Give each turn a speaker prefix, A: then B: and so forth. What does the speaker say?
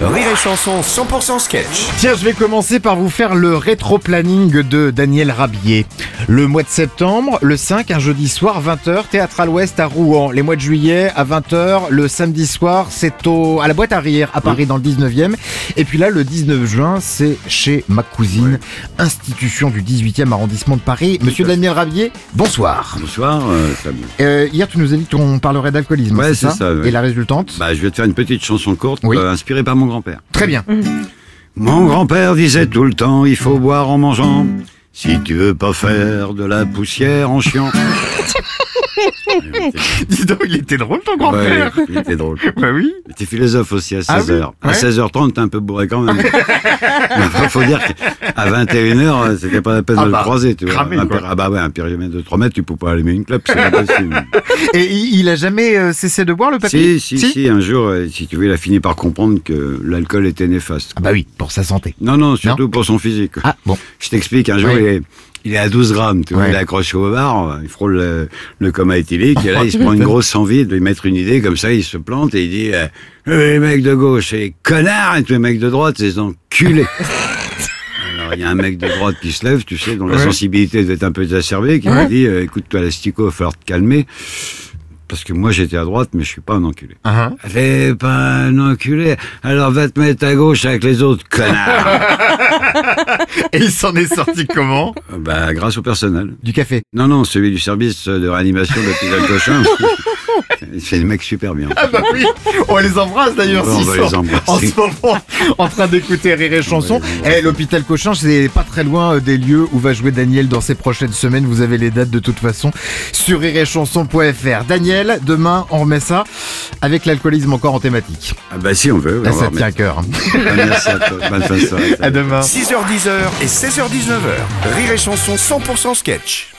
A: Rire et Chanson 100% sketch.
B: Tiens, je vais commencer par vous faire le rétro-planning de Daniel Rabier. Le mois de septembre, le 5, un jeudi soir, 20h, Théâtre à l'Ouest à Rouen. Les mois de juillet, à 20h, le samedi soir, c'est au, à la boîte à rire, à Paris, dans le 19e. Et puis là, le 19 juin, c'est chez ma cousine, institution du 18e arrondissement de Paris. Monsieur Daniel Rabier, bonsoir.
C: Bonsoir, euh, Fabien.
B: Euh, hier, tu nous as dit qu'on parlerait d'alcoolisme,
C: Ouais,
B: c'est
C: c'est
B: ça,
C: ça, ouais.
B: Et la résultante
C: Bah, je vais te faire une petite chanson courte,
B: Oui.
C: euh, inspirée par mon grand-père.
B: Très bien.
C: Mon grand-père disait tout le temps, il faut boire en mangeant. Si tu veux pas faire de la poussière en chiant.
B: Dis donc, il était drôle ton
C: Ouais, il était drôle.
B: Bah oui.
C: Mais T'es philosophe aussi à
B: Ah
C: 16h.
B: oui, ouais.
C: À 16h30, t'es un peu bourré quand même. Il faut dire qu'à 21h, c'était pas la peine
B: Ah
C: de
B: bah,
C: le croiser, tu vois.
B: cramé,
C: un
B: quoi.
C: péri- ah bah ouais, un périmètre de 3 mètres, tu peux pas allumer une clope, c'est pas possible.
B: Et il il a jamais euh, cessé de boire le papy
C: si, si, si, un jour, euh, si tu veux, il a fini par comprendre que l'alcool était néfaste.
B: Ah bah oui, pour sa santé.
C: Non, non, surtout pour son physique.
B: Ah bon.
C: Je t'explique, un jour,
B: Oui.
C: il, est, il est à 12 grammes, tu vois,
B: Ouais.
C: il est accroché au bar, il frôle le, le coma éthylique, et là, il se prend une grosse envie de lui mettre une idée, comme ça, il se plante et il dit euh, Les mecs de gauche, c'est des connards, et tous les mecs de droite, c'est des enculés. » Alors, il y a un mec de droite qui se lève, tu sais, dont la
B: Ouais.
C: sensibilité doit être un peu exacerbée, qui lui dit euh, Écoute-toi, l'astico, il va falloir te calmer, parce que moi, j'étais à droite, mais je suis pas un enculé.
B: Ah, hein.
C: T'es pas un enculé, alors va te mettre à gauche avec les autres connards.
B: Et il s'en est sorti comment
C: Euh, Bah, grâce au personnel.
B: Du café.
C: Non, non, celui du service de réanimation de l'hôpital Cochin. C'est des mecs super bien.
B: Ah bah oui, on les embrasse d'ailleurs
C: Bon, on
B: s'ils
C: va
B: sont
C: les embrasser.
B: en ce moment en train d'écouter Rire et Chanson. Eh, l'hôpital Cochin, c'est pas très loin euh, des lieux où va jouer Daniel dans ces prochaines semaines. Vous avez les dates de toute façon sur rireetchanson.fr. Daniel, demain, on remet ça avec l'alcoolisme encore en thématique.
C: Ah bah si, on veut. on
B: Là,
C: va
B: ça tient à
C: remettre.
B: cœur. hein.
C: Ah, Merci à toi. Bonne fin de soirée.
B: À demain.
A: 6h10h et 16h19h. Rire et Chanson 100% sketch.